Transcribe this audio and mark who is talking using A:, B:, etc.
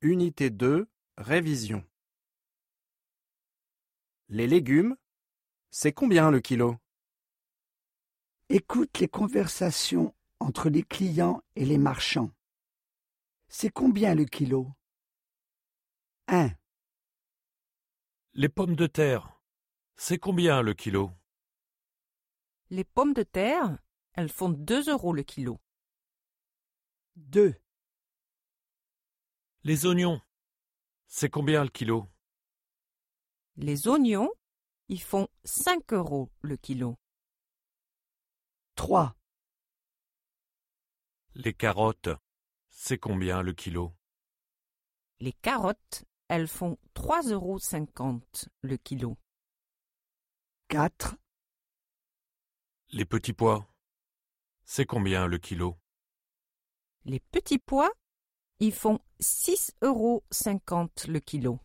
A: Unité deux Révision. Les légumes, c'est combien le kilo
B: Écoute les conversations entre les clients et les marchands. C'est combien le kilo 1,
C: Les pommes de terre, c'est combien le kilo
D: Les pommes de terre, elles font 2 euros le kilo.
B: 2,
C: Les oignons, c'est combien le kilo
D: Les oignons, ils font 5 euros le kilo.
B: 3,
C: Les carottes, c'est combien le kilo
D: Les carottes, elles font 3,50 euros le kilo.
B: 4,
C: Les petits pois, c'est combien le kilo
D: Les petits pois, ils font 6,50 euros le kilo.